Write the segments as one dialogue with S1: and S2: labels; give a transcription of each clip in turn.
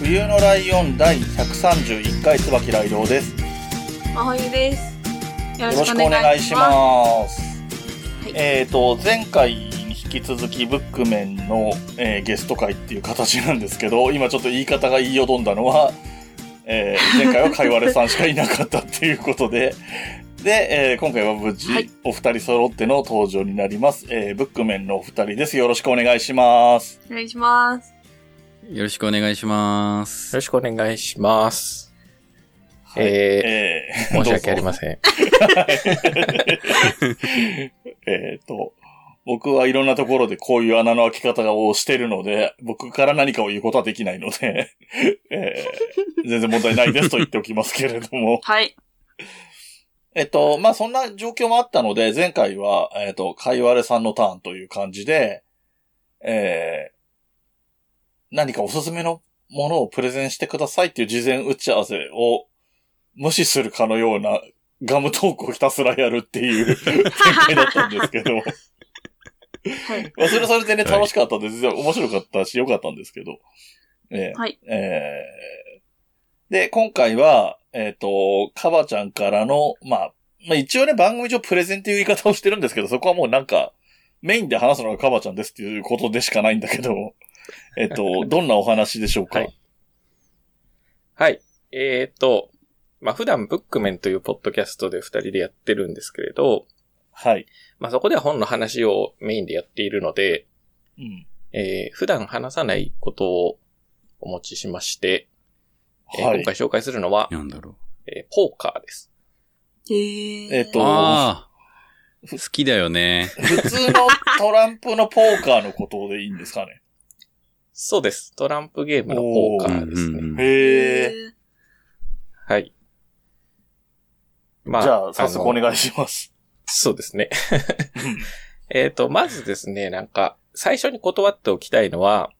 S1: 冬のライオン第131回椿ライドウです。よ
S2: 真冬です。よ
S1: ろしくお願いし
S2: す。
S1: ます。
S2: はい
S1: えーと、前回に引き続きブックメンの、えーゲスト会っていう形なんですけど、今ちょっと言い方が言いよどんだのは、えー前回はかいわれさんしかいなかったっていうことで、で、えー今回は無事
S2: はい
S1: お二人揃っての登場になります。えーブックメンのお二人です。よろしくお願いします。
S2: お願いします。
S3: よろしくお願いします。
S4: よろしくお願いします。
S1: はい
S4: え
S1: え
S4: ー、申し訳ありません。
S1: せん。えっと、僕はいろんなところでこういう穴の開き方をしてるので、僕から何かを言うことはできないので、 えー全然問題ないですと言っておきますけれども。
S5: はい
S1: えっと、まあ、そんな状況もあったので、前回は、えっと、かいわれさんのターンという感じで、えー、何かおすすめのものをプレゼンしてくださいっていう事前打ち合わせを無視するかのようなガムトークをひたすらやるってい う展開だったんですけど、
S5: はい
S1: まあそれはそれでね、
S3: はい
S1: 楽しかったんです。面白かったし、良かったんですけど。えー
S5: はい
S1: えーで、今回は、えっ、と、カバちゃんからの、まあ、まあ一応ね、番組上プレゼンっていう言い方をしてるんですけど、そこはもうなんか、メインで話すのがカバちゃんですっていうことでしかないんだけど、 えっ、と、どんなお話でしょうか、
S4: はいはい。えっ、と、まあ、普段ブックメンというポッドキャストで二人でやってるんですけれど、
S1: はい。
S4: まあ、そこでは本の話をメインでやっているので、
S1: うん。
S4: えー、普段話さないことをお持ちしまして、えー
S1: はい
S4: 今回紹介するのは、
S3: なんだろ
S4: えーポーカーです。
S5: えー
S1: えっ
S3: う。
S1: と
S3: ああ。好きだよね。
S1: 普通のトランプのポーカーのことでいいんですかね。
S4: そうです。トランプゲームのポーカーですね。
S3: うんうんうん
S1: へえ。
S4: はい。ま
S1: じゃあ、早速お
S4: い
S1: 願いします。
S4: そうですね。えっと、まずですね、なんか、最初に断っておきたいのは、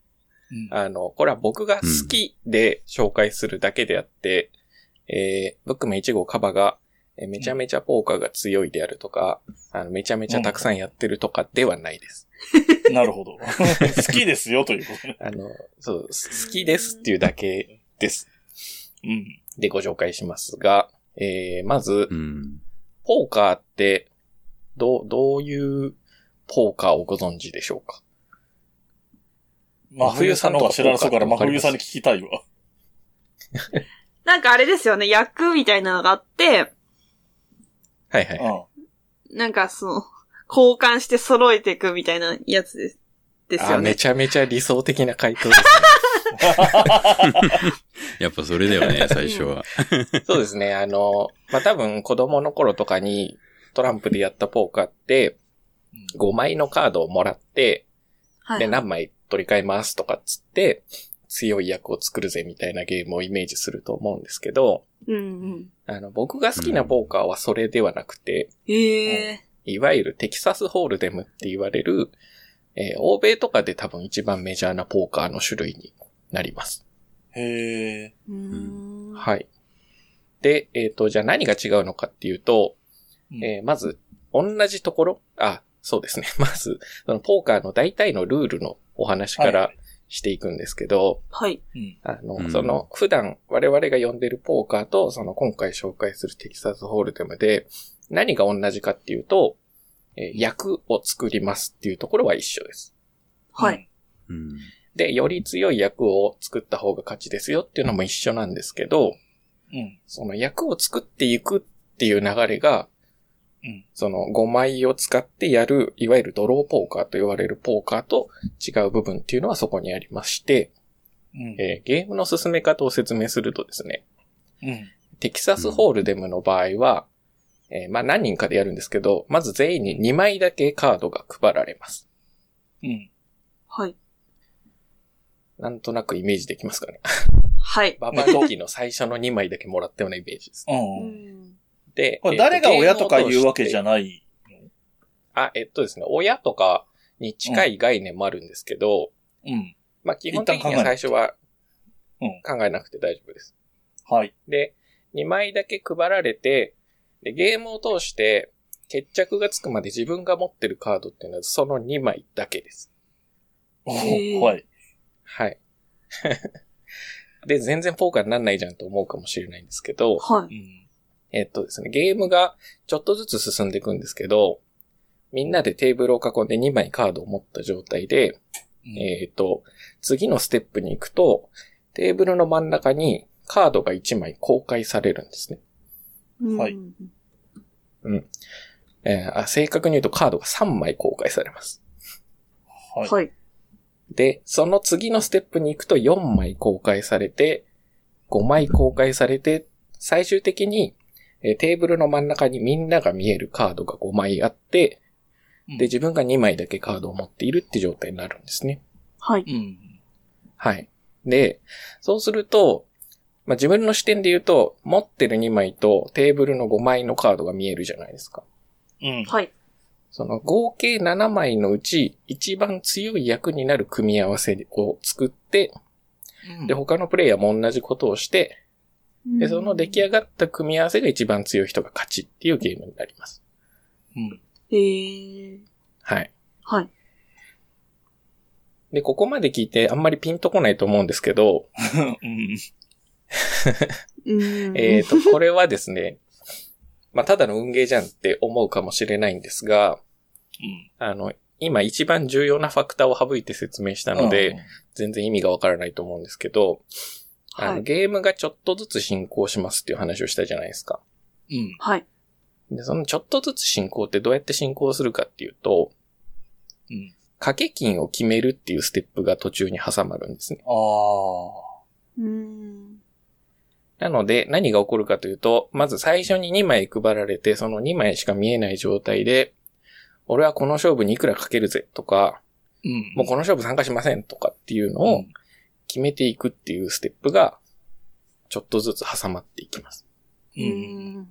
S1: うん
S4: あの、これは僕が好きで紹介するだけであって、えー、ブックメン1号カバが、えーめちゃめちゃポーカーが強いであるとか、あの、めちゃめちゃたくさんやってるとかではないです。
S1: なるほど。 好きですよ、ということね。
S4: あの、そう、好きですっていうだけです。
S1: うん。
S4: でご紹介しますが、えー、まず
S3: う、ん。
S4: ポーカーって、どう、どういうポーカーをご存知でしょうか
S1: 真冬さんの方が知らなそうから、
S4: ポ
S1: 真
S4: ーカーってわか
S1: 冬
S4: ります
S1: さんに聞きたいわ。
S5: なんかあれですよね役みたいなのがあって
S4: はいはい。
S1: う
S5: なんかその交換して揃えていくみたいなやつですですよ
S4: あ、め
S5: ね
S4: ちゃめちゃ理想的な回答です
S3: やっぱそれだよね、最初は。
S4: ね。 そうですね。あの、まあ、多分子供の頃とかにトランプでやったポーカーって、
S1: ん。
S4: 5枚のカードをもらって、
S5: は
S4: で、
S5: い
S4: 何枚取り替えますとかっつって、強い役を作るぜみたいなゲームをイメージすると思うんですけど、
S5: うんうん
S4: あの、僕が好きなポーカーはそれではなくて、
S5: ええ
S4: いわゆるテキサスホールデムって言われる、えー欧米とかで多分一番メジャーなポーカーの種類になります。
S1: へえ。
S5: うーんい
S4: はい。で、えっ、と、じゃあ何が違うのかっていうと、
S1: うん
S4: えーまず、同じところ、あ、そうですね。 まず、そのポーカーの大体のルールのお話からしていくんですけど、
S5: はい
S1: うん。
S4: あの、
S3: うん
S4: その、普段我々が呼んでるポーカーと、その今回紹介するテキサスホールデムで、何が同じかっていうと、えー役を作りますっていうところは一緒です。
S5: はい
S3: うん。
S4: で、より強い役を作った方が勝ちですよっていうのも一緒なんですけど、
S1: うん。
S4: その役を作っていくっていう流れが、
S1: うん
S4: その5枚を使ってやる、いわゆるドローポーカーと言われるポーカーと違う部分っていうのはそこにありまして、
S1: うん。
S4: えーゲームの進め方を説明するとですね、
S1: うん。
S4: テキサスホールデムの場合は、えーまあ何人かでやるんですけど、まず全員に2枚だけカードが配られます。
S1: うん。
S5: はい
S4: なんとなくイメージできますかね。
S2: はい。
S4: ババ抜きの最初の2枚だけもらったようなイメージです。
S2: う
S1: うん。
S2: ん。
S4: で、
S1: これ誰が親とか言うわけじゃ
S4: ない
S1: ない。
S4: あ、えっとですね、親とかに近い概念もあるんですけど、
S1: うん。
S4: まあ基本的
S1: 一旦考
S4: に
S1: え
S4: は
S1: な
S4: 最初は
S1: うん
S4: 考えなくて大丈夫です。
S1: はい。
S4: で、2枚だけ配られて、でゲームを通して決着がつくまで自分が持ってるカードっていうのはその2枚だけです。
S2: ー
S1: はい。
S4: はい。 で、全然ポーカーになんないじゃんと思うかもしれないんですけど、
S2: は
S1: う
S2: い。
S1: ん。
S4: えっとですね、ゲームがちょっとずつ進んでいくんですけど、みんなでテーブルを囲んで2枚カードを持った状態で、えっ、と、次のステップに行くと、テーブルの真ん中にカードが1枚公開されるんですね。
S2: うん
S1: はい。
S4: えーあ正確に言うとカードが3枚公開されます。
S1: はい。
S2: はい。
S4: で、その次のステップに行くと4枚公開されて、5枚公開されて、最終的に、えーテーブルの真ん中にみんなが見えるカードが5枚あって、
S1: うん
S4: で、自分が2枚だけカードを持っているって状態になるんですね。
S2: はい。
S1: うん。
S4: はい。で、そうすると、まあ、自分の視点で言うと、持ってる2枚とテーブルの5枚のカードが見えるじゃないですか。
S1: うん。
S2: はい。
S4: その合計7枚のうち、一番強い役になる組み合わせを作って、で、他のプレイヤーも同じことをして、で、その出来上がった組み合わせが一番強い人が勝ちっていうゲームになります。
S1: うん。
S2: えー。
S4: はい。
S2: はい。
S4: で、ここまで聞いてあんまりピンとこないと思うんですけど、
S1: うん。
S2: うん。
S4: えっ、と、これはですね、まあ、ただの運ゲーじゃんって思うかもしれないんですが、
S1: うん
S4: あの、今一番重要なファクターを省いて説明したので、、全然意味がわからないと思うんですけど、あ
S2: は
S4: の
S2: い。
S4: ゲームがちょっとずつ進行しますっていう話をしたじゃないですか。
S1: うん。
S2: はい。
S4: で、そのちょっとずつ進行ってどうやって進行するかっていうと、
S1: うん。
S4: 掛け金を決めるっていうステップが途中に挟まるんですね。
S1: ああ。
S2: うん。
S4: なので、何が起こるかというと、まず最初に2枚配られて、その2枚しか見えない状態で、俺はこの勝負にいくらかけるぜとか、
S1: うん。
S4: もうこの勝負参加しませんとかっていうのを決めていくっていうステップが、ちょっとずつ挟まっていきます。
S1: う。
S2: うんん。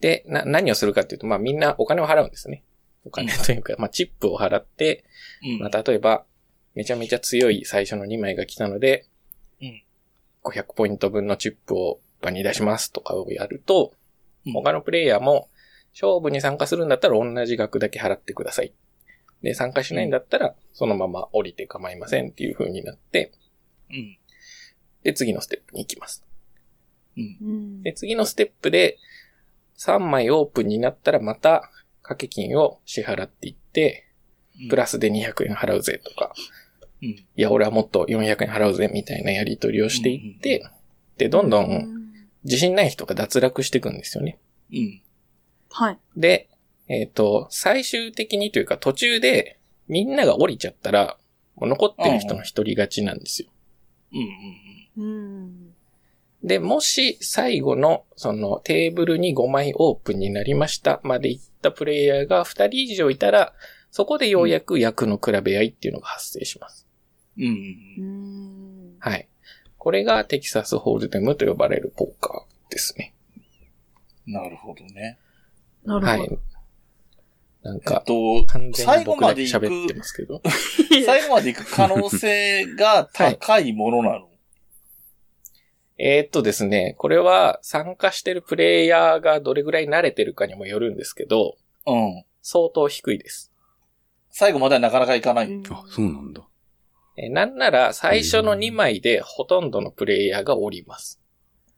S4: で、な、何をするかっていうと、まあみんなお金を払うんですね。お金というか、まあチップを払って、
S1: うん。
S4: まあ例えば、めちゃめちゃ強い最初の2枚が来たので、
S1: うん
S4: 500ポイント分のチップを場に出しますとかをやると、
S1: うん
S4: 他のプレイヤーも勝負に参加するんだったら同じ額だけ払ってください。で、参加しないんだったら、そのまま降りて構いませんっていう風になって、
S1: うん。
S4: で、次のステップに行きます。
S1: うん。
S2: うん
S4: で、次のステップで、3枚オープンになったらまた、掛け金を支払っていって、プラスで200円払うぜとか、
S1: うん。
S4: いや、俺はもっと400円払うぜ、みたいなやり取りをしていって、で、どんどん自信ない人が脱落していくんですよね。
S1: うん。
S2: はい。
S4: で、えっ、と、最終的にというか途中でみんなが降りちゃったら、もう残ってる人の一人勝ちなんですよ。
S1: うん。
S2: うん。
S4: で、もし最後のそのテーブルに5枚オープンになりましたまで行ったプレイヤーが2人以上いたら、そこでようやく役の比べ合いっていうのが発生します。
S1: うん。う。
S2: うんん。
S4: はい。これがテキサスホールデムと呼ばれるポーカーですね。
S1: なるほどね。
S2: なるほど。
S4: はい。なん
S1: えっ
S4: か、
S1: と、
S4: 完全に
S1: 最後
S4: 僕だ
S1: ま
S4: け
S1: で行
S4: 喋って
S1: く、
S4: ますけど。
S1: 最後まで行く可能性が高いものなの。
S4: えーっとですね、これは参加してるプレイヤーがどれぐらい慣れてるかにもよるんですけど、
S1: うん。
S4: 相当低いです。
S1: 最後まではなかなか行かない。
S2: うん
S3: あ、そうなんだ。
S4: えーなんなら最初の2枚でほとんどのプレイヤーがおります。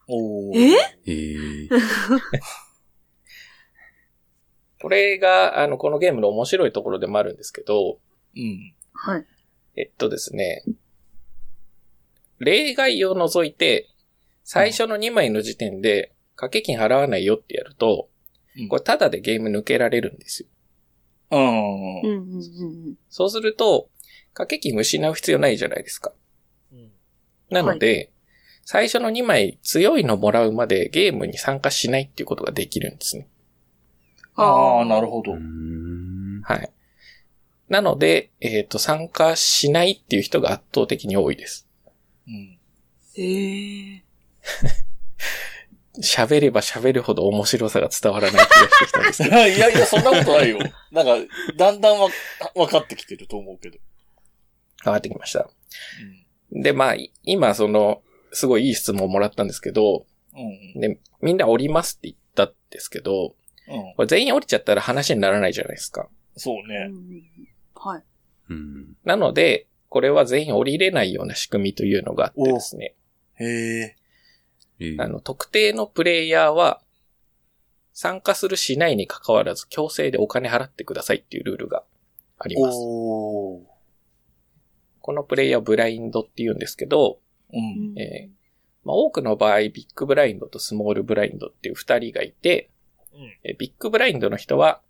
S1: おー
S2: え
S3: えー、
S4: これが、あの、このゲームの面白いところでもあるんですけど、
S1: うん。
S2: はい。
S4: えっとですね、例外を除いて、最初の2枚の時点で、掛け金払わないよってやると
S1: うん、
S4: これタダでゲーム抜けられるんですよ。
S1: うん。
S2: う
S1: うん
S2: んうんうん
S4: そうすると、掛け金失う必要ないじゃないですか。なので、最初の2枚強いのもらうまでゲームに参加しないっていうことができるんですね。
S1: ああ、なるほど
S3: うー。ん
S4: はい。なので、えっ、と、参加しないっていう人が圧倒的に多いです。
S1: うん。
S2: ええ
S4: 喋れば喋るほど面白さが伝わらない気がしてきたん ですけ
S1: い
S4: ど。
S1: やいや、そんなことないよ。なんか、だんだんわ、わかってきてると思うけど。
S4: 変わってきました。で、まあ、い今、その、すごいいい質問をもらったんですけど、
S1: うん。うん。
S4: で、みんな降りますって言ったんですけど、
S1: うん。
S4: これ全員降りちゃったら話にならないじゃないですか。
S1: そう
S2: ー。う
S1: ね。
S2: んはい。
S3: うん。
S4: なので、これは全員降りれないような仕組みというのがあってですね、
S1: へえ。
S3: えー
S4: あの、特定のプレイヤーは、参加するしないに関わらず強制でお金払ってくださいっていうルールがあります。
S1: おー。
S4: このプレイヤーをブラインドって言うんですけど、
S1: うん。
S4: えまあ、多くの場合、ビッグブラインドとスモールブラインドっていう二人がいて、
S1: うん
S4: えビッグブラインドの人は、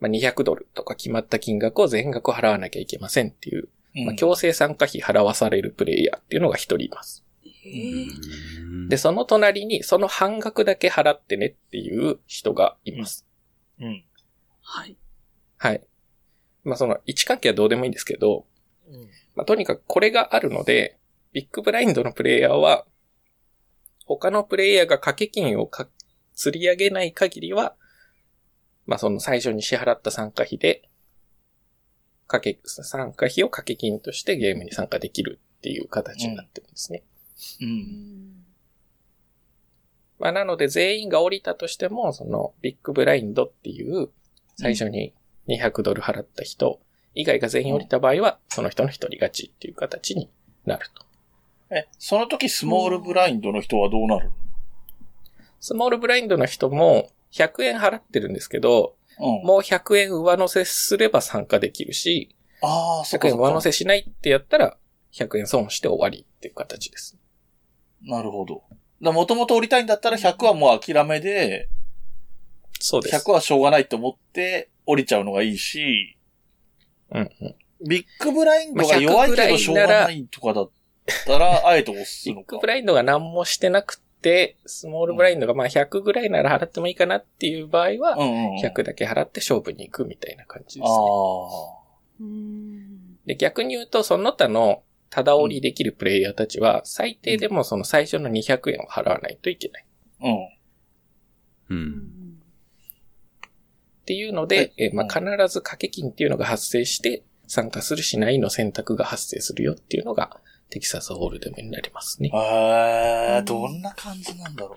S4: まあ、200ドルとか決まった金額を全額払わなきゃいけませんっていう、まあ、強制参加費払わされるプレイヤーっていうのが一人います。
S2: ええ
S3: うん
S4: で、その隣にその半額だけ払ってねっていう人がいます。
S1: うん。
S2: はい。
S4: はい。まあ、その位置関係はどうでもいいんですけど、
S1: うん。
S4: まあ、とにかくこれがあるので、ビッグブラインドのプレイヤーは、他のプレイヤーが掛け金をか釣り上げない限りは、まあ、その最初に支払った参加費で、掛け、参加費を掛け金としてゲームに参加できるっていう形になってるんですね。
S1: う。
S2: うんん
S4: まあ、なので全員が降りたとしても、そのビッグブラインドっていう、最初に200ドル払った人以外が全員降りた場合は、その人の一人勝ちっていう形になると。
S1: え、その時スモールブラインドの人はどうなる
S4: スモールブラインドの人も100円払ってるんですけど、
S1: うん。
S4: もう100円上乗せすれば参加できるし、
S1: ああ、そっ
S4: 100
S1: か
S4: 円
S1: そっ
S4: 上乗
S1: か。
S4: せしないってやったら、100円損して終わりっていう形です。
S1: なるほど。もともと降りたいんだったら100はもう諦めで、
S4: そうです。
S1: 100はしょうがないと思って降りちゃうのがいいし、
S4: うんうん。
S1: ビッグブラインドが弱いけどしょうがないとかだったら、あえて押す
S4: ビッ
S1: の
S4: グ
S1: か
S4: ブ。ラインドが何もしてなくて、スモールブラインドがまあ100ぐらいなら払ってもいいかなっていう場合は、
S1: うんうんうん。
S4: 100だけ払って勝負に行くみたいな感じです、
S1: あ
S4: ね。
S2: うん。
S4: で、逆に言うと、その他のただ折りできるプレイヤーたちは、最低でもその最初の200円を払わないといけない。
S1: あ。うん。
S3: う。
S2: うんん
S4: っていうので、えまあ、必
S1: う
S4: ず掛け金っていうのが発生して、参加するしないの選択が発生するよっていうのが、テキサスホールデムになりますね。
S1: え
S2: う
S1: ー、
S2: ん
S1: どんな感じなんだろう。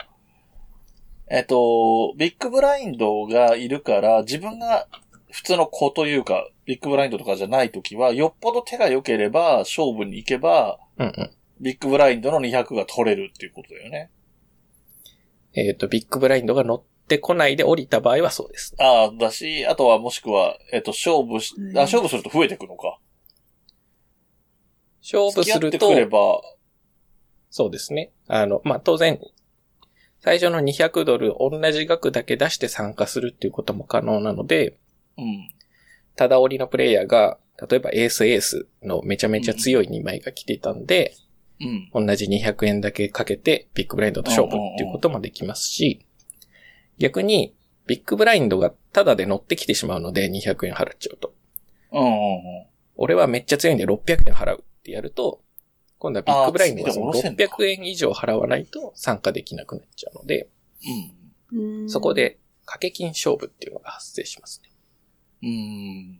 S1: えっと、ビッグブラインドがいるから、自分が普通の子というか、ビッグブラインドとかじゃないときは、よっぽど手が良ければ、勝負に行けば、
S4: うんうん。
S1: ビッグブラインドの200が取れるっていうことだよね。
S4: えっ、と、ビッグブラインドが乗ってこないで降りた場合はそうです。
S1: ああ、だし、あとはもしくは、えっと、勝負し、
S2: うん
S1: あ、勝負すると増えてくのか。
S4: 勝負
S1: 付き合
S4: す
S1: っ
S4: る
S1: てくれ
S4: と、
S1: ば、
S4: そうですね。あの、まあ、当然、最初の200ドル同じ額だけ出して参加するっていうことも可能なので、
S1: うん。
S4: ただ折りのプレイヤーが、例えばエースエースのめちゃめちゃ強い2枚が来ていたんで、
S1: うん。
S4: 同じ200円だけかけてビッグブラインドと勝負っていうこともできますし、逆にビッグブラインドがタダで乗ってきてしまうので200円払っちゃうと。
S1: うんうんうん。
S4: 俺はめっちゃ強いんで600円払うってやると、今度はビッグブラインドがそ
S1: あ
S4: の
S1: ー次で下ろせんのか
S4: 600円以上払わないと参加できなくなっちゃうので、
S1: うん。
S2: うん
S4: そこ。で掛け金勝負っていうのが発生しますね。
S1: うん。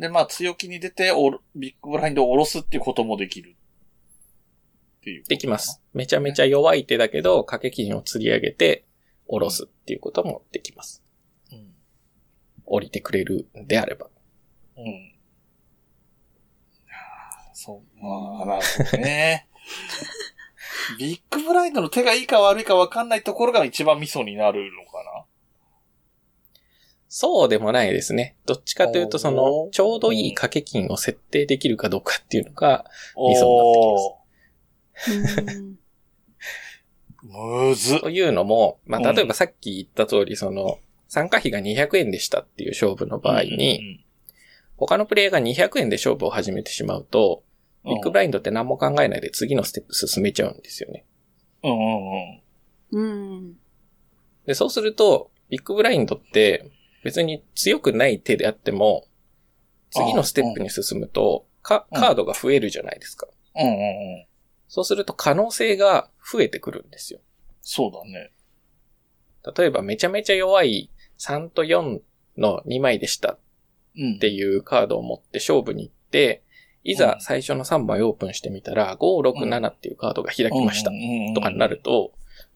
S1: で、まあ、強気に出て、おろビッグブラインドを下ろすっていうこともできる。っていう。
S4: できま。す。めちゃめちゃ弱い手だけど掛け金を釣り上げて下ろすっていうこともできます。
S1: うん。
S4: 降りてくれるんであれば。
S1: うん。いやーそう、まあ、なるほどね。 ビッグブラインドの手がいいか悪いか分かんないところが一番ミソになるのか
S4: そうでもないですね。どっちかというと、そ
S1: お
S4: の
S1: ー、
S4: ちょうどいい掛け金を設定できるかどうかっていうのが、
S1: な。お
S4: ミソになってきま
S2: う
S4: す
S2: ん
S1: ーむずっ。
S4: というのも、ま
S1: う
S4: あ、
S1: ん
S4: 例えばさっき言った通り、その、参加費が200円でしたっていう勝負の場合に、他のプレイヤーが200円で勝負を始めてしまうと、
S1: うんうん、
S4: ビッグブラインドって何も考えないで次のステップ進めちゃうんですよね。
S1: うんうんうん。
S2: うん。
S4: で、そうすると、ビッグブラインドって別に強くない手であっても、次のステップに進むと、か、
S1: うん
S4: カードが増えるじゃないですか。
S1: うんうんうん。
S4: そうすると可能性が増えてくるんですよ。
S1: そうだね。
S4: 例えばめちゃめちゃ弱い3と4の2枚でした
S1: うん。
S4: っていうカードを持って勝負に行って、いうざ
S1: ん
S4: 最初の3枚オープンしてみたら、5、6、7っていうカードが開きました
S1: うんうんうん
S4: とかになる。と、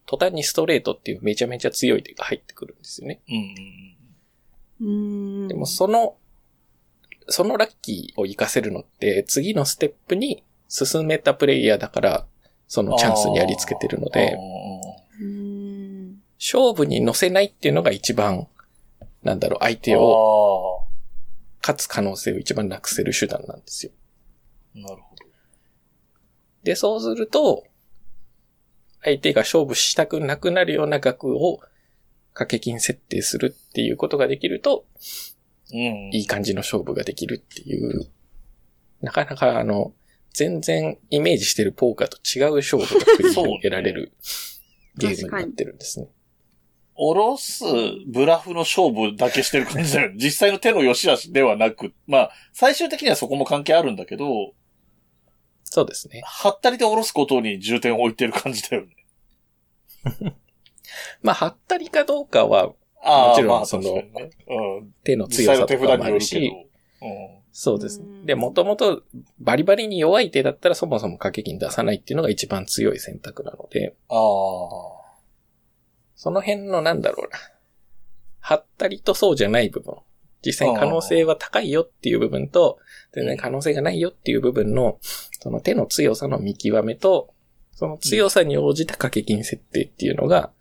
S4: 途端にストレートっていうめちゃめちゃ強い手が入ってくるんですよね。
S1: うんうん
S2: うん。
S4: でもその、そのラッキーを活かせるのって、次のステップに進めたプレイヤーだから、そ
S1: うん。
S4: のチャンスにありつけてるの
S1: あー
S4: で、、
S2: うん。
S4: 勝負に乗せないっていうのが一番、なんだろう、相手を
S1: を。
S4: 勝つ可能性を一番なくせる手段なんですよ。
S1: あーなるほど。
S4: で、そうすると、相手が勝負したくなくなるような額を掛け金設定するっていうことができると、
S1: うん。
S4: いい感じの勝負ができるっていう、なかなかあの、全然イメージしてるポーカーと違う勝負が繰り広げられるゲームになってるんですね。
S1: おろすブラフの勝負だけしてる感じだよね。 実際の手の良し悪しではなく、まあ、最終的にはそこも関係あるんだけど、
S4: そうですね。
S1: はったりでおろすことに重点を置いてる感じだよね。
S4: まあ、はったりかどうかは
S1: あー
S4: もちろん
S1: まあ
S4: その
S1: 確かにねうん。
S4: 手の
S1: 実
S4: 強
S1: 際の
S4: さ
S1: 手
S4: と
S1: 札
S4: か
S1: に
S4: もあ
S1: よる
S4: る
S1: け
S4: し
S1: ど。、うん
S4: そうです
S2: う
S4: ね。
S2: ん
S4: で、もともとバリバリに弱い手だったらそもそも掛け金出さないっていうのが一番強い選択なので、
S1: ああ。
S4: その辺のなんだろうな。はったりとそうじゃない部分。実際に可能性は高いよっていう部分と、全然可能性がないよっていう部分の、その手の強さの見極めと、その強さに応じた掛け金設定っていうのが、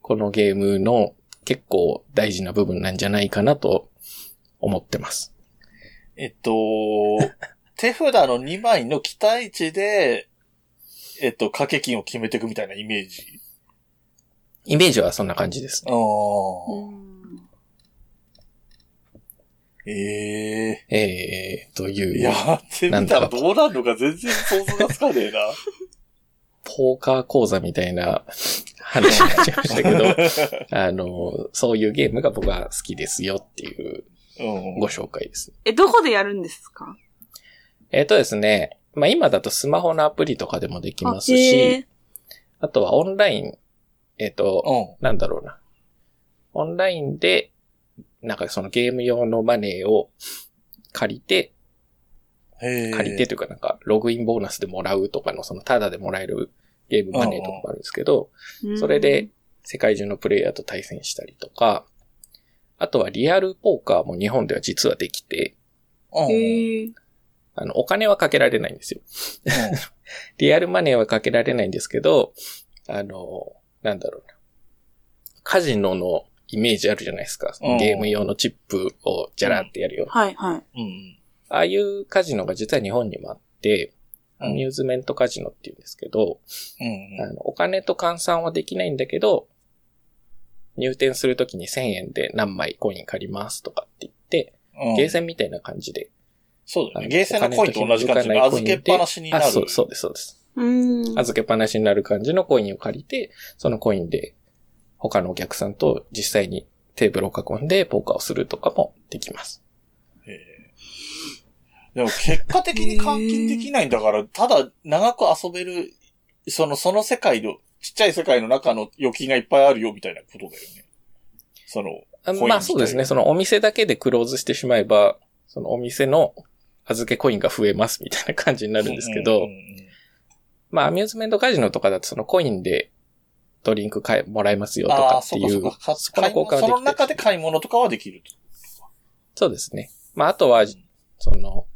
S4: このゲームの結構大事な部分なんじゃないかなと思ってます。
S1: えっと、 手札の2枚の期待値で、えっと、掛け金を決めていくみたいなイメージ。
S4: イメージはそんな感じですね。
S1: ああ。
S2: うん
S1: ええ
S4: えー、という。
S1: やってみたらどうなるのか全然想像がつかねえな。
S4: ポーカー講座みたいな話になっちゃいましたけど、あの、そういうゲームが僕は好きですよっていう
S1: うん
S4: ご紹介です。
S2: え、どこでやるんですか
S4: えっ、とですね、まあ今だとスマホのアプリとかでもできますし、あとはオンライン、えっ、と、
S1: う
S4: なんだろうな。オンラインで、なんかそのゲーム用のマネーを借りて、
S1: ん。へえ。
S4: 借りてというかなんか、ログインボーナスでもらうとかの、そのタダでもらえるゲームマネーとかもあるんですけど、
S2: うん
S4: それで、世界中のプレイヤーと対戦したりとか、あとはリアルポーカーも日本では実はできて、
S1: うん。
S2: へえ。
S4: あの、お金はかけられないんですよ。リアルマネーはかけられないんですけど、あの、なんだろうな。カジノのイメージあるじゃないですか。
S1: うん
S4: ゲーム用のチップをジャラってやるような。
S2: はい、はい。
S1: うん。
S4: ああいうカジノが実は日本にもあって、
S1: うん
S4: アミューズメントカジノって言うんですけど、
S1: うん。
S4: あの、お金と換算はできないんだけど、入店するときに1000円で何枚コイン借りますとかって言って、
S1: うん
S4: ゲーセンみたいな感じで。
S1: そうだよ
S4: あ
S1: ね。
S4: の
S1: ゲーセンのコインと同じ感じで
S4: お金と
S1: 預
S4: 紐
S1: け
S4: づ
S1: っ
S4: か
S1: ぱ
S4: ないコインで
S1: なしになる。
S4: あ、そう、そうです、そうです。
S2: うん。
S4: 預けっぱなしになる感じのコインを借りて、そのコインで他のお客さんと実際にテーブルを囲んでポーカーをするとかもできます。
S1: でも結果的に換金できないんだ から、ただ長く遊べる、その、その世界の、ちっちゃい世界の中の預金がいっぱいあるよみたいなことだよね。その、
S4: あ
S1: コイン自体
S4: まあそうですね、そのお店だけでクローズしてしまえば、そのお店の預けコインが増えますみたいな感じになるんですけど、
S1: うんうんうん
S4: まあ、アミューズメントカジノとかだとそのコインでドリンク買えもらえますよと
S1: あ
S4: か
S1: あ、
S4: って
S1: そ
S4: いう。
S1: うかそうか。
S4: そこの
S1: 買い物
S4: 交換はでき
S1: そ
S4: て
S1: の中で買い物とかはできると。
S4: そうですね。まあ、あとは、その、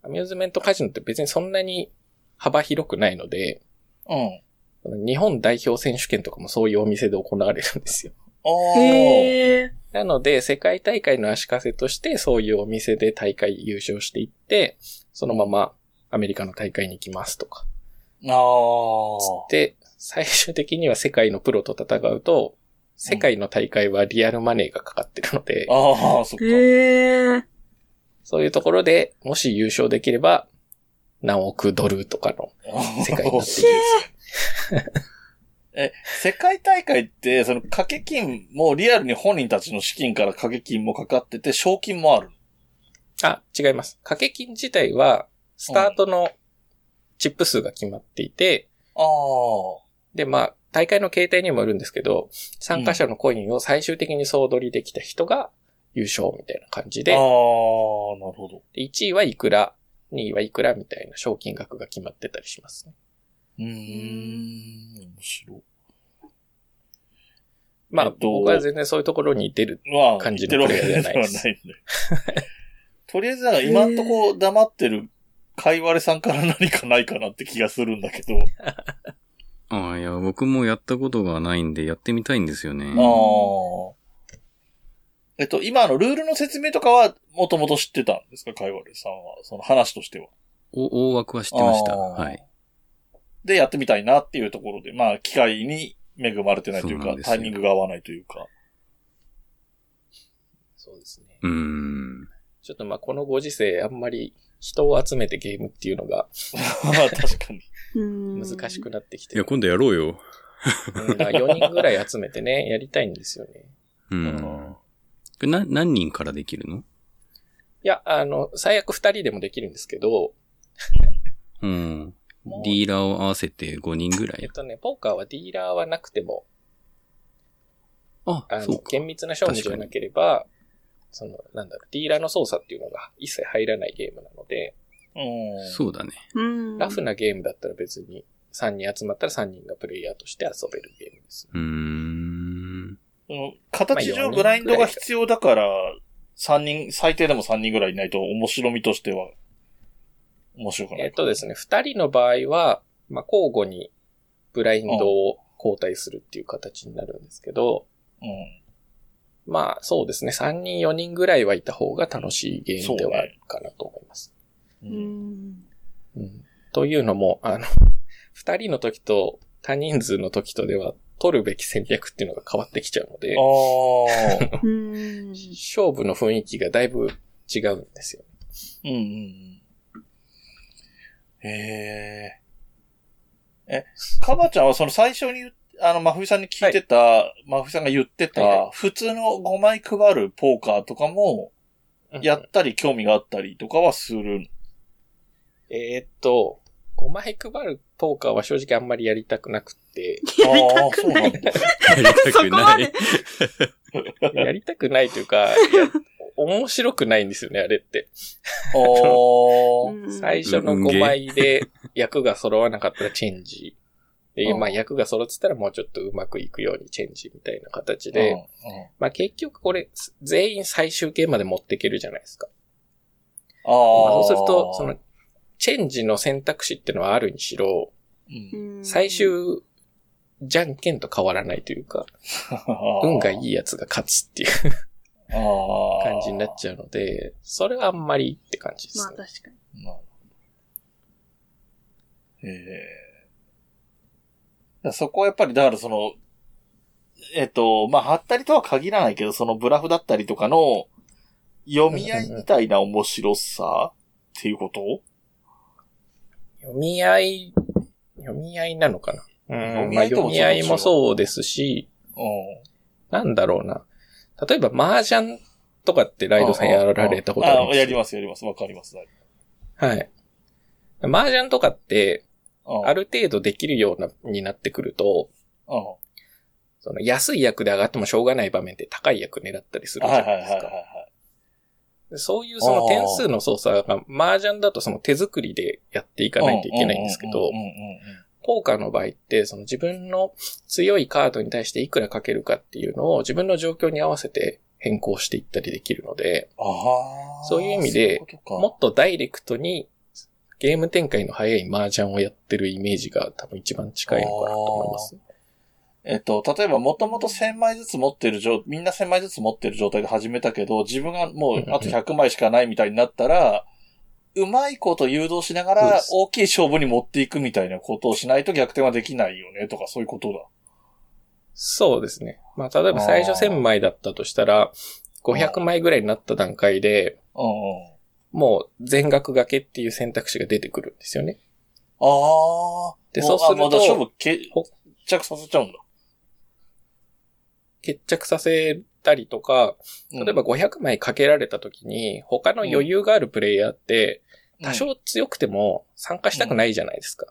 S4: アミューズメントカジノって別にそんなに幅広くないので、
S1: うん。
S4: 日本代表選手権とかもそういうお店で行われるんですよ。
S1: ああ。
S2: へえ。
S4: なので、世界大会の足かせとして、そういうお店で大会優勝していって、そのままアメリカの大会に行きますとか。
S1: ああ。
S4: で、最終的には世界のプロと戦うと、世界の大会はリアルマネーがかかってるので、
S1: ああ、そっか。
S2: へえ。
S4: そういうところで、もし優勝できれば、何億ドルとかの世界になっている。
S1: え、世界大会って、その掛け金もリアルに本人たちの資金から掛け金もかかってて、賞金もある。
S4: あ、違います。掛け金自体は、スタートのチップ数が決まっていて、
S1: ああ。
S4: で、まあ、大会の形態にもよるんですけど、参加者のコインを最終的に総取りできた人が優勝みたいな感じ
S1: ああ、なる
S4: で、
S1: ほど。
S4: 1位はいくら、2位はいくらみたいな賞金額が決まってたりしますね。
S1: うーん。面白い。
S4: まあ、
S1: えっと
S4: 僕は全然そういうところに出る。
S1: まあ、
S4: 感じ
S1: 言
S4: の
S1: ってるわけではないんで。とりあえず、なんか今んとこ黙ってる、かいわれさんから何かないかなって気がするんだけど。
S3: ああ、いや、僕もやったことがないんで、やってみたいんですよね。
S1: ああ。えっと、今のルールの説明とかは、もともと知ってたんですか、かいわれさんは。その話としては。
S3: お大枠は知ってました。
S1: あー
S3: はい。
S1: で、やってみたいなっていうところで、まあ、機会に恵まれてないという
S3: そうな
S1: か
S3: ん、です
S1: タ
S3: よ
S1: イミングが合わないという か。
S4: そうですね。
S3: うーん。
S4: ちょっとまあ、このご時世、あんまり人を集めてゲームっていうのが
S1: まあ、確かに。
S4: 難しくなってきて
S3: いや、
S4: る。
S3: 今度やろうよ。
S4: うんだから4人ぐらい集めてね、やりたいんですよね。
S3: うん。これな、何人からできるの
S4: いや、あの、最悪2人でもできるんですけど、
S3: うん。
S4: もう
S3: ディーラーを合わせて5人ぐら
S4: え
S3: い
S4: っ。とね、ポーカーはディーラーはなくても、
S3: あ
S4: あ、
S3: そ
S4: の、
S3: うか。
S4: 厳密な勝負じゃなければ、その、なんだろう、ディーラーの操作っていうのが一切入らないゲームなので、
S1: うん。
S3: そうだね。
S2: うん。
S4: ラフなゲームだったら別に3人集まったら3人がプレイヤーとして遊べるゲームです。
S3: うーん。
S1: その形
S4: まあ
S1: 上
S4: 四人
S1: ブラインドが必要だから、三人、最低でも3人ぐらいいないと面白みとしては、面白くない。
S4: えっとですね、2人の場合は、まあ、交互にブラインドを交代するっていう形になるんですけど、
S1: ね。
S4: まあそうですね、3人4人ぐらいはいた方が楽しいゲームではあるかなと思います。
S1: う。
S2: うんん。
S4: うんというのも、あの、 二人の時と他人数の時とでは取るべき戦略っていうのが変わってきちゃうので、
S1: ああ。
S2: うん。
S4: 勝負の雰囲気がだいぶ違うんですよ。
S1: うんうんうん。へえ。え、かばちゃんはその最初に言っ、あの、まふみさんに聞いてた、まふみさんが言ってた、
S4: はいは
S1: 普通の5枚配るポーカーとかも、や
S4: うん
S1: ったり興味があったりとかはする。
S4: えーっと、5枚配るポーカーは正直あんまりやりたくなくって、
S2: やりたくな
S1: ああ、そうなん
S2: い。
S1: だ。
S3: やり た
S2: そ
S3: く
S2: こま
S3: な
S2: で
S3: い。。
S4: やりたくないというか、いや面白くないんですよね、あれって。
S1: ああ。
S2: うん
S4: 最初の
S3: うんゲ
S4: 5
S3: ー
S4: 枚で役が揃わなかったらチェンジ。で、
S1: うん
S4: まあ役が揃ってたらもうちょっとうまくいくようにチェンジみたいな形
S1: うん
S4: で、
S1: うん
S4: まあ結局これ、す全員最終形まで持っていけるじゃないですか。
S1: ああ。
S4: まあそうすると、その、チェンジの選択肢ってのはあるにしろ、
S1: うん。
S4: 最終、じゃんけんと変わらないというか、運がいいやつが勝つっていう感
S1: 感
S4: じになっちゃうので、それはあんまりって感じで
S2: まあ
S4: すね。
S2: 確かに。
S1: なるほど。ええそこはやっぱり、だからその、えっと、まあ、はったりとは限らないけど、そのブラフだったりとかの、読み合いみたいな面白さっていうこと、
S4: 読み合い、読み合いなのかな。
S1: 読
S4: うん、
S1: み
S4: まあ
S1: 合いと
S4: 読
S1: も
S4: み合いもそうですし、
S1: う
S4: なんだろうな。例えば麻雀とかってライドさんやられたことあ
S1: あ
S4: りま
S1: あ
S4: す
S1: やります、やります。わかります。はい
S4: はい。麻雀とかって、
S1: うん
S4: ある程度できるような、になってくると、
S1: うん
S4: その安い役で上がってもしょうがない場面で高い役狙ったりするじ
S1: はい
S4: ゃ
S1: はい
S4: な
S1: はいい
S4: で
S1: は
S4: す
S1: い
S4: か。
S1: は
S4: でそういうその点数の操作が、麻雀だとその手作りでやっていか
S1: い。
S4: ないといけないんですけど
S1: うんう、んうん
S4: ポーカーの場合って、その自分の強いカードに対していくらかけるかっていうのを自分の状況に合わせて変更していったりできるので、
S1: ああ。
S4: そういう意味で
S1: そういうことか
S4: もっとダイレクトにゲーム展開の早い麻雀をやってるイメージが多分一番近いのかなと思います。
S1: えっと、例えば、もともと1000枚ずつ持ってる状、みんな1000枚ずつ持ってる状態で始めたけど、自分がもうあと100枚しかないみたいになったら、うまいこと誘導しなが
S4: そうで
S1: ら
S4: す、
S1: 大きい勝負に持っていくみたいなことをしないと逆転はできないよね、とか、そういうことだ。
S4: そうですね。まあ、例えば最初
S1: あー
S4: 1000枚だったとしたら、500枚ぐらいになった段階で、
S1: うんうん。
S4: もう全額掛けっていう選択肢が出てくるんですよね。
S1: ああ。
S4: で
S1: も
S4: そうすると
S1: あまだ勝負け
S4: ほ
S1: 決着させちゃうんだ。
S4: 決着させったりとか、
S1: 例
S4: 例えば、500枚かけられた時に、他の余裕があるプレイヤーって、多
S1: うん
S4: 少強くても参加したくないじゃないですか。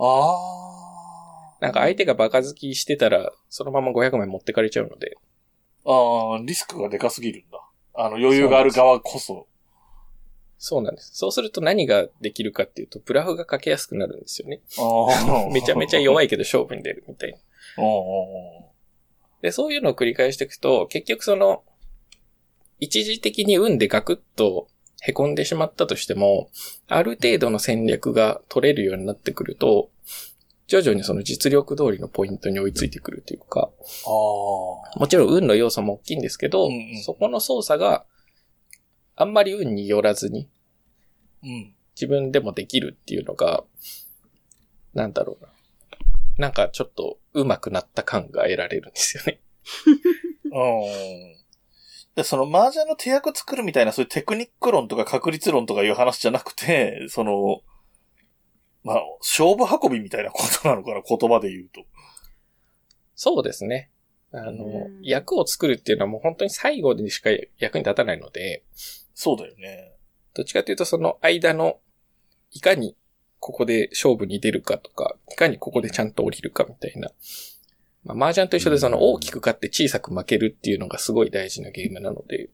S1: ああ。
S4: なんか相手がバカ好きしてたら、そのまま500枚持ってかれちゃうので。
S1: ああ、リスクがでかすぎるんだ。あの、余裕がある側こそ。
S4: そうなんです。そうすると何ができるかっていうと、ブラフがかけやすくなるんですよね。
S1: ああ
S4: めちゃめちゃ弱
S1: い。
S4: いけど勝負に出るみたいな。
S1: うんうんうん
S4: で、そういうのを繰り返していくと、結局その、一時的に運でガクッと凹んでしまったとしても、ある程度の戦略が取れるようになってくると、徐々にその実力通りのポイントに追いついてくるというか、
S1: ああ。
S4: もちろん運の要素も大きいんですけど、
S1: うんうん
S4: そこの操作があんまり運によらずに
S1: うん。
S4: 自分でもできるっていうのが、なんだろうな。なんかちょっと上手くなった感が得られるんですよね。
S1: うん。で、その、麻雀の手役作るみたいな、そういうテクニック論とか確率論とかいう話じゃなくて、その、まあ、勝負運びみたいなことなのかな、言葉で言うと。
S4: そうですね。あの
S2: うん、
S4: 役を作るっていうのはもう本当に最後にしか役に立たないので、
S1: そうだよね。
S4: どっちかというとその間の、いかにここで勝負に出るかとか、いかにここでちゃんと降りるかみたいな。まあ、麻雀と一緒でその大きく勝って小さく負けるっていうのがすごい大事なゲームなので、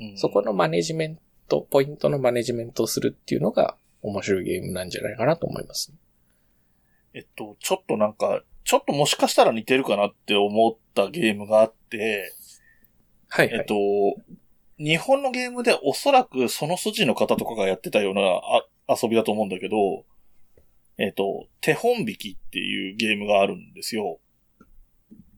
S1: うん
S4: そこのマネジメント、ポイントのマネジメントをするっていうのが面白いゲームなんじゃないかなと思います。
S1: えっと、ちょっとなんか、ちょっともしかしたら似てるかなって思ったゲームがあって、
S4: はい、はい。
S1: えっと、日本のゲームでおそらくその筋の方とかがやってたようなあ遊びだと思うんだけど、えっと、手本引きっていうゲームがあるんですよ。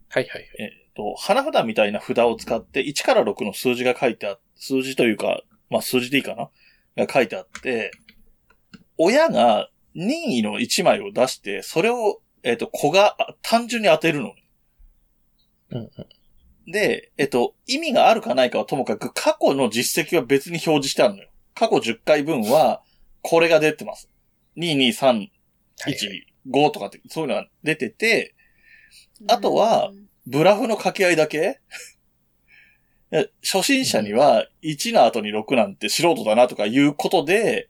S4: はいはいはい。
S1: えっと、花札みたいな札を使って、1から6の数字が書いてあ数字というか、まあ数字でいいかなが書いてあって、親が任意の1枚を出して、それを、えっと、子があ単純に当てるのね。
S4: うんうん
S1: で、えっと、意味があるかないかはともかく、過去の実績は別に表示してあるのよ。過去10回分は、これが出てます。2、2、3、
S4: はいはい
S1: 1、5とかって、そういうのが出てて、あとはブラフの掛け合いだけ いや初心者には1の後に6なんて素人だなとかいうことで、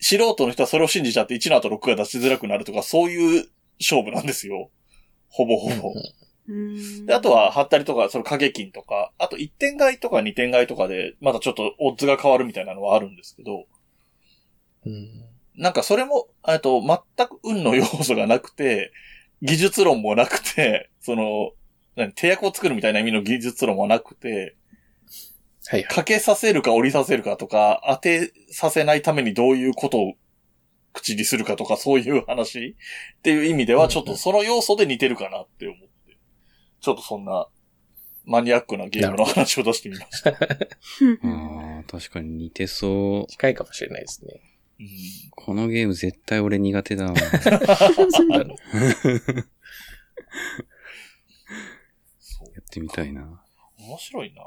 S1: 素人の人はそれを信じちゃって1の後6が出しづらくなるとかそういう勝負なんですよ。ほぼほぼ。
S2: うん、
S1: で、あとは、貼ったりとか、その掛け金とか、あと1点買いとか2点買いとかで、またちょっとオッズが変わるみたいなのはあるんですけど、
S4: うん
S1: なんかそれも、えっと、全く運の要素がなくて、技術論もなくて、その、何手役を作るみたいな意味の技術論もなくて、
S4: はいはい。
S1: かけさせるか折りさせるかとか、当てさせないためにどういうことを口にするかとか、そういう話っていう意味では、ちょっとその要素で似てるかなって思って、ちょっとそんなマニアックなゲームの話を出してみました。
S3: ああ、確かに似てそう。
S4: 近いかもしれないですね。
S1: うん
S3: このゲーム絶対俺苦手だわ。
S1: そう
S3: やってみたいな。
S1: 面白いな。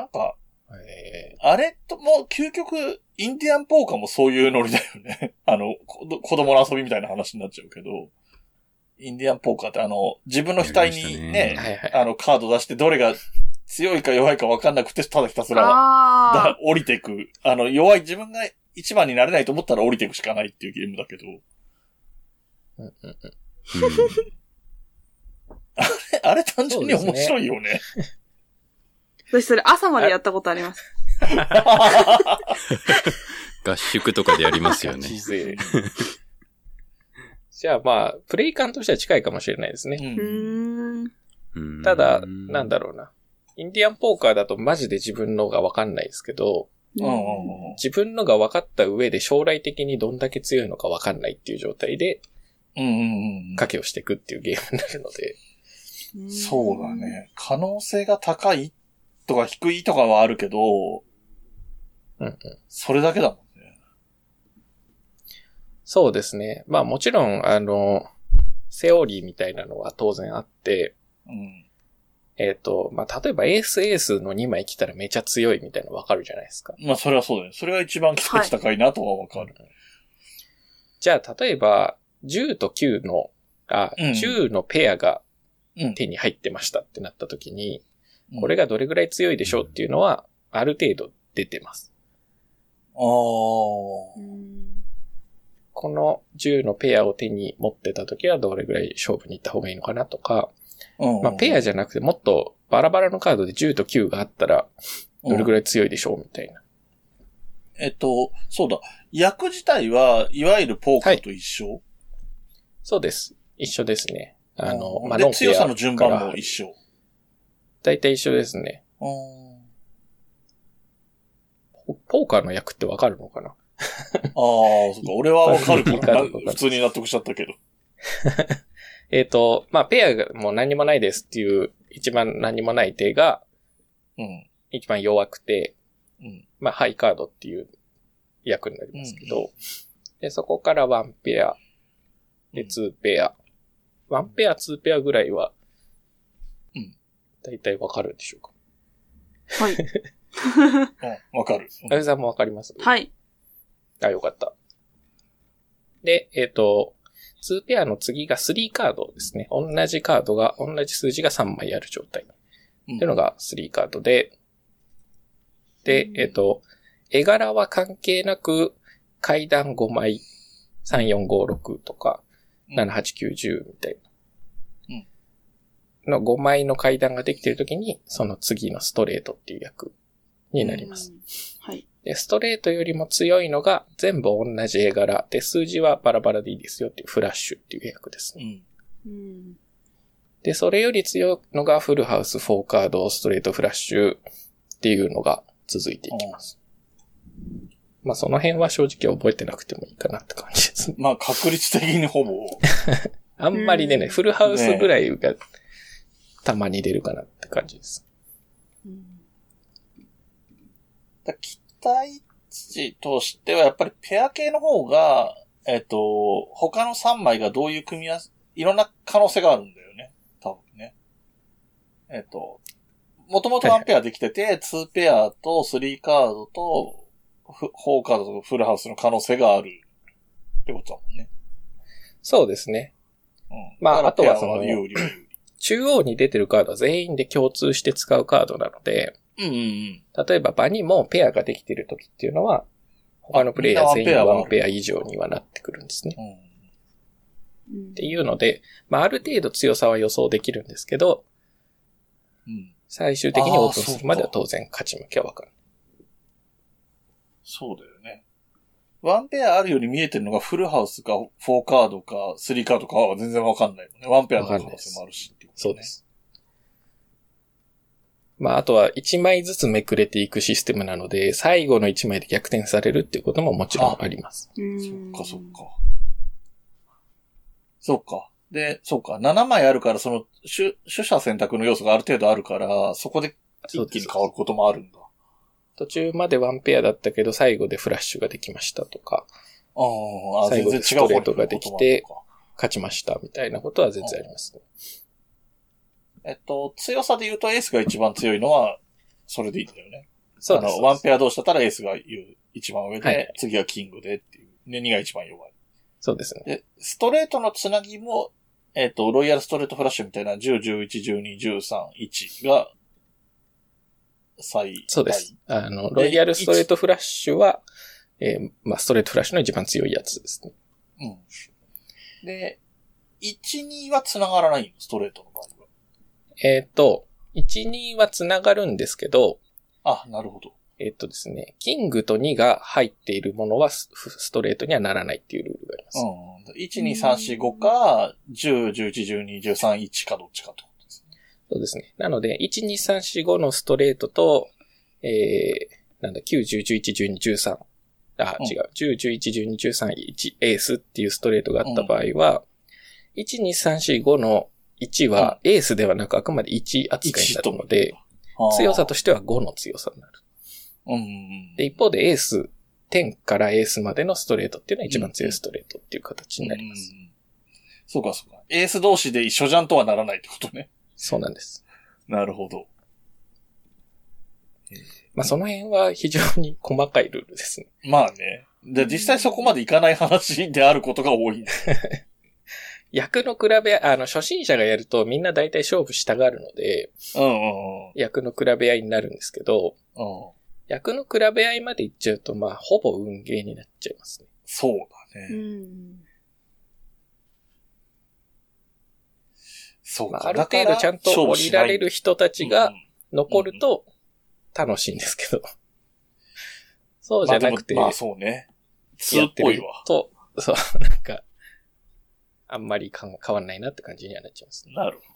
S1: なんか、
S4: え
S1: あれと、もう究極、インディアンポーカーもそういうノリだよね。 あの、こ子供の遊びみたいな話になっちゃうけど、インディアンポーカーってあの、自分の額
S3: やりま
S1: に
S3: した
S1: ね
S3: ね
S4: ー、はいはい。
S1: あの、カード出して、どれが強いか弱いか分かんなくて、ただひたす ら、
S2: あ
S1: だ降りてく。あの、弱い、自分が一番になれないと思ったら降りていくしかないっていうゲームだけど、
S4: うんうんうん
S1: えあれ単純に
S4: そう
S1: 面
S4: です
S1: 白
S4: ね
S1: いよ ね。
S2: あ。私それ朝までやったことあります。
S3: 合宿とかでやります よね。
S4: ガチ勢じゃあまあ、プレイ感としては近いかもしれないですね。
S2: う
S1: うん
S2: ーん。
S3: うん
S4: ただ、なんだろうな。インディアンポーカーだとマジで自分のがわかんないですけど、
S1: うんうんうん
S4: 自分のが分かった上で将来的にどんだけ強いのかわかんないっていう状態で
S1: うんうんうん
S4: 賭けをしていくっていうゲームになるので、
S2: うん
S1: そうだ。ね。可能性が高いとか低いとかはあるけど、
S4: うんうん
S1: それだけだもんね。
S4: そうですね。まあもちろん、あの、セオリーみたいなのは当然あって、
S1: うん。
S4: えっ、と、まあ例えばエースエースの2枚来たらめちゃ強いみたいなのわかるじゃないですか。
S1: まあ、それはそうだね。それが一番期待値高いなとはわかる。
S4: じゃあ、例えば、10と9の、あ、
S1: うん
S4: 10のペアが
S1: うん
S4: 手に入ってましたってなった時に
S1: う、ん
S4: これがどれぐらい強いでしょうっていうのは、ある程度出てます。
S1: あー。
S4: この銃のペアを手に持ってた時はどれぐらい勝負に行った方がいいのかなとか、
S1: うん
S4: まあペアじゃなくてもっとバラバラのカードで10と9があったらどれぐ
S1: らい、
S4: らい強いでしょうみたいな。
S1: えっと、そうだ。役自体は、いわゆるポーカーと一緒、
S4: そうです。一緒ですね。あの、
S1: うん
S4: まあ
S1: で、
S4: ノンペア
S1: 強さの順番
S4: か
S1: も
S4: ら
S1: 一緒。
S4: 大体一緒ですね。
S1: うん
S4: ポポーカーの役ってわかるのかな
S1: ああ、そっか。俺はわかるか
S4: わかる
S1: ら
S4: わかる
S1: 普通に納得しちゃったけど。
S4: えっ、と、まあ、ペアがもう何もないですっていう、一番何もない手が、
S1: うん。
S4: 一番弱くて、
S1: うん
S4: まあ、ハイカードっていう役になりますけど、で、そこからワンペア、で、ツーペア。ワンペア、ツーペアぐらいは、
S1: うん。
S4: だいたいわかるんでしょうか。
S2: はい。
S1: うん、わかる。
S4: あゆさんもわかります
S2: はい。
S4: あ、よかった。で、えっ、と、2ペアの次が3カードですね。同じカードが、同じ数字が3枚ある状態。
S1: うん
S4: っていうのが3カードで、で、えっ、と、絵柄は関係なく、階段5枚、3、4、5、6とか、
S1: うん
S4: 7、8、9、10みたいな。
S1: うん
S4: の5枚の階段ができてるときに、その次のストレートっていう役になります。
S2: うん。はい。
S4: で、ストレートよりも強いのが全部同じ絵柄で、数字はバラバラでいいですよっていうフラッシュっていう役です
S1: う
S4: ね。
S1: ん。
S2: うん。
S4: で、それより強いのがフルハウス、フォーカード、ストレート、フラッシュっていうのが続いていきます。まあその辺は正直覚えてなくてもいいかなって感じですね。
S1: まあ、確率的にほ ぼ。
S4: あんまりでね、
S2: うん
S4: フルハウスぐらいがたまに出るかなって感じです。
S2: うん
S1: だ期待値としては、やっぱりペア系の方が、えっと、他の3枚がどういう組み合わせ、いろんな可能性があるんだよね。多分ね。えっと、もともと1ペアできてて、2ペアと3カードと、フ4カードとフルハウスの可能性があるってことだもんね。
S4: そうですね。
S1: うん。
S4: ま
S1: だか
S4: あ
S1: ら
S4: あとはその
S1: ペア有利は有
S4: 中央に出てるカードは全員で共通して使うカードなので、
S1: 利。うんうん
S4: 例えば場にもペアができてる時っていうのは、他のプレイヤー全員
S1: みんな
S4: が
S1: ワンペアは
S4: ワンペア以上にはなってくるんですね。
S1: うん。うん。
S2: うん
S4: っていうので、まあある程度強さは予想できるんですけど、
S1: うん。
S4: 最終的にオープン
S1: あー
S4: するまでは当然勝ち負けはわかる。
S1: そうだよね。ワンペアあるように見えてるのがフルハウスか、フォーカードか、スリーカードかは全然わかんないもんね。ワンペアの可能性もあるしっていうこと
S4: そ
S1: ね
S4: うで。す。まああとは1枚ずつめくれていくシステムなので、最後の1枚で逆転されるっていうことももちろんあります。
S2: うん
S1: そっか、そっか。そっか。で、そっか。7枚あるから、その、主、主者選択の要素がある程度あるから、そこで一気に変わることもあるんだ。
S4: 途中までワンペアだったけど、最後でフラッシュができましたとか、
S1: あーあー、
S4: 最
S1: 全
S4: 後
S1: 然違う
S4: ストレー
S1: 方
S4: ト
S1: に来
S4: が
S1: る
S4: で
S1: こ
S4: き
S1: と
S4: て
S1: もあるのか
S4: 勝ちましたみたいなことは全然ありますね。
S1: えっと、強さで言うとエースが一番強いのは、それでいいんだよね。
S4: そう
S1: あ
S4: です。
S1: の、ワンペア同士だったらエースが一番上で、
S4: はい
S1: 次がキングでっていう。で、2が一番弱い。
S4: そうですね。
S1: で、ストレートのつなぎも、えっ、と、ロイヤルストレートフラッシュみたいな10、11、12、13、1が、最大。
S4: そうです。。あの、ロイヤルストレートフラッシュは、えーまあ、ストレートフラッシュの一番強いやつですね。
S1: うん。で、1、2は繋がらないの、ストレートの場合
S4: えっ、と、1、2は繋がるんですけど、
S1: は。あ、なるほど。
S4: えっ、とですね、キングと2が入っているものはスストレートにはならないっていうルールがあります。
S1: うん。1、2、3、4、5か、10、11、12、13、1かどっちかってことですね。
S4: そうですね。なので、1、2、3、4、5のストレートと、えー、なんだ、9、10、11、12、13。あ、
S1: うん
S4: 違う。10、11、12、13、1、エースっていうストレートがあった場合は、1、2、3、4、5の1は、エースではなく、あくまで1扱いにな
S1: 1と
S4: る
S1: 思
S4: の
S1: って
S4: で、
S1: あー
S4: 強さとしては5の強さになる。
S1: うんうんうん。
S4: で、一方でエース、10からエースまでのストレートっていうのは一番強いストレートっていう形になります。
S1: うんそうか、そうか。エース同士で一緒じゃんとはならないってことね。
S4: そうなんです。
S1: なるほど。
S4: まあ、その辺は非常に細かいルールですね。
S1: まあね。で、実際そこまでいかない話であることが多い。
S4: 役の比べ、あの、初心者がやるとみんな大体勝負したがるので、
S1: うんうんうん。
S4: 役の比べ合いになるんですけど、
S1: うん
S4: 役の比べ合いまでいっちゃうと、まあ、ほぼ運ゲーになっちゃいますね。
S1: そうだ
S2: う
S1: ね。
S2: ん。
S1: そう
S4: ま
S1: か
S4: あ、ある程度ちゃんと降りられる人たちが、残ると楽しいんですけど。そうじゃなくて、
S1: まあでもまあ
S4: や
S1: そうね。2っ
S4: って
S1: ぽ
S4: る
S1: いわ。
S4: と、そう、なんか、あんまりかん変わんないなって感じにはなっちゃいますね。
S1: なるほど。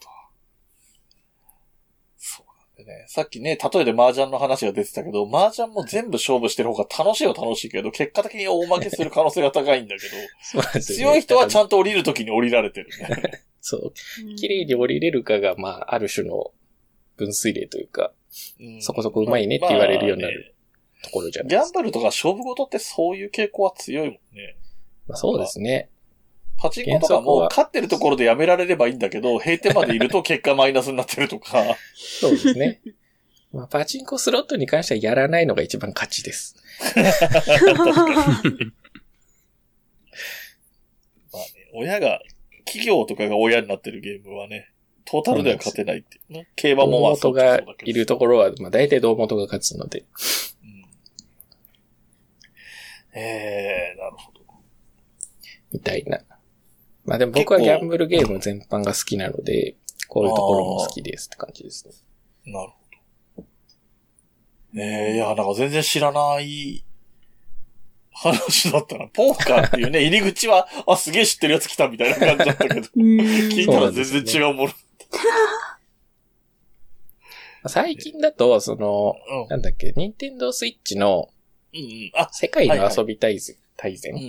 S1: そうなんでね。さっきね、例えで麻雀の話が出てたけど、麻雀も全部勝負してる方が楽しいは楽しいけど、結果的に大負けする可能性が高いんだけど、
S4: そうなんですよね
S1: 強い人はち
S4: だから
S1: ゃんと降りるときに降りられてるね。
S4: そう、綺麗に降りれるかが、まあ、ある種の分水嶺というか、
S1: うん
S4: そこそこ上手いねって言われるようになるところじゃ
S1: まあ
S4: な
S1: ねギ
S4: いで
S1: ャン
S4: すか。
S1: ブルとか勝負事ってそういう傾向は強いもんね。
S4: まあ、そうですね。
S1: パチンコとか
S4: 原則
S1: も
S4: は
S1: 勝ってるところでやめられればいいんだけど、閉店までいると結果マイナスになってるとか。
S4: そうですね。 まあ、パチンコスロットに関してはやらないのが一番勝ちです。
S1: まあね、親が、企業とかが親になってるゲームはね、トータルでは勝てないっていうね。競馬
S4: 堂
S1: もまあそ
S4: 本
S1: うそうだ
S4: が
S1: けど
S4: いるところは、まあ、大体堂本が勝つの
S1: う
S4: で、
S1: んえー、なるほど。
S4: みたいな。まあでも僕はギャンブルゲーム全般が好きなので、こういうところも好きですって感じですね。
S1: なるほど。えー、いや、なんか全然知らない話だったな。ポーカーっていう ね、入り口は、あ、すげえ知ってるやつ来たみたいな感じだったけど、聞いたら全然違うもの。
S4: 最近だと、その、
S1: うん。うん
S4: なんだっけ、任天堂スイッチの
S1: うん。あ、
S4: 世界の
S1: はいはい
S4: 遊び大全、大
S1: うんうん
S4: 全。
S1: うん
S3: う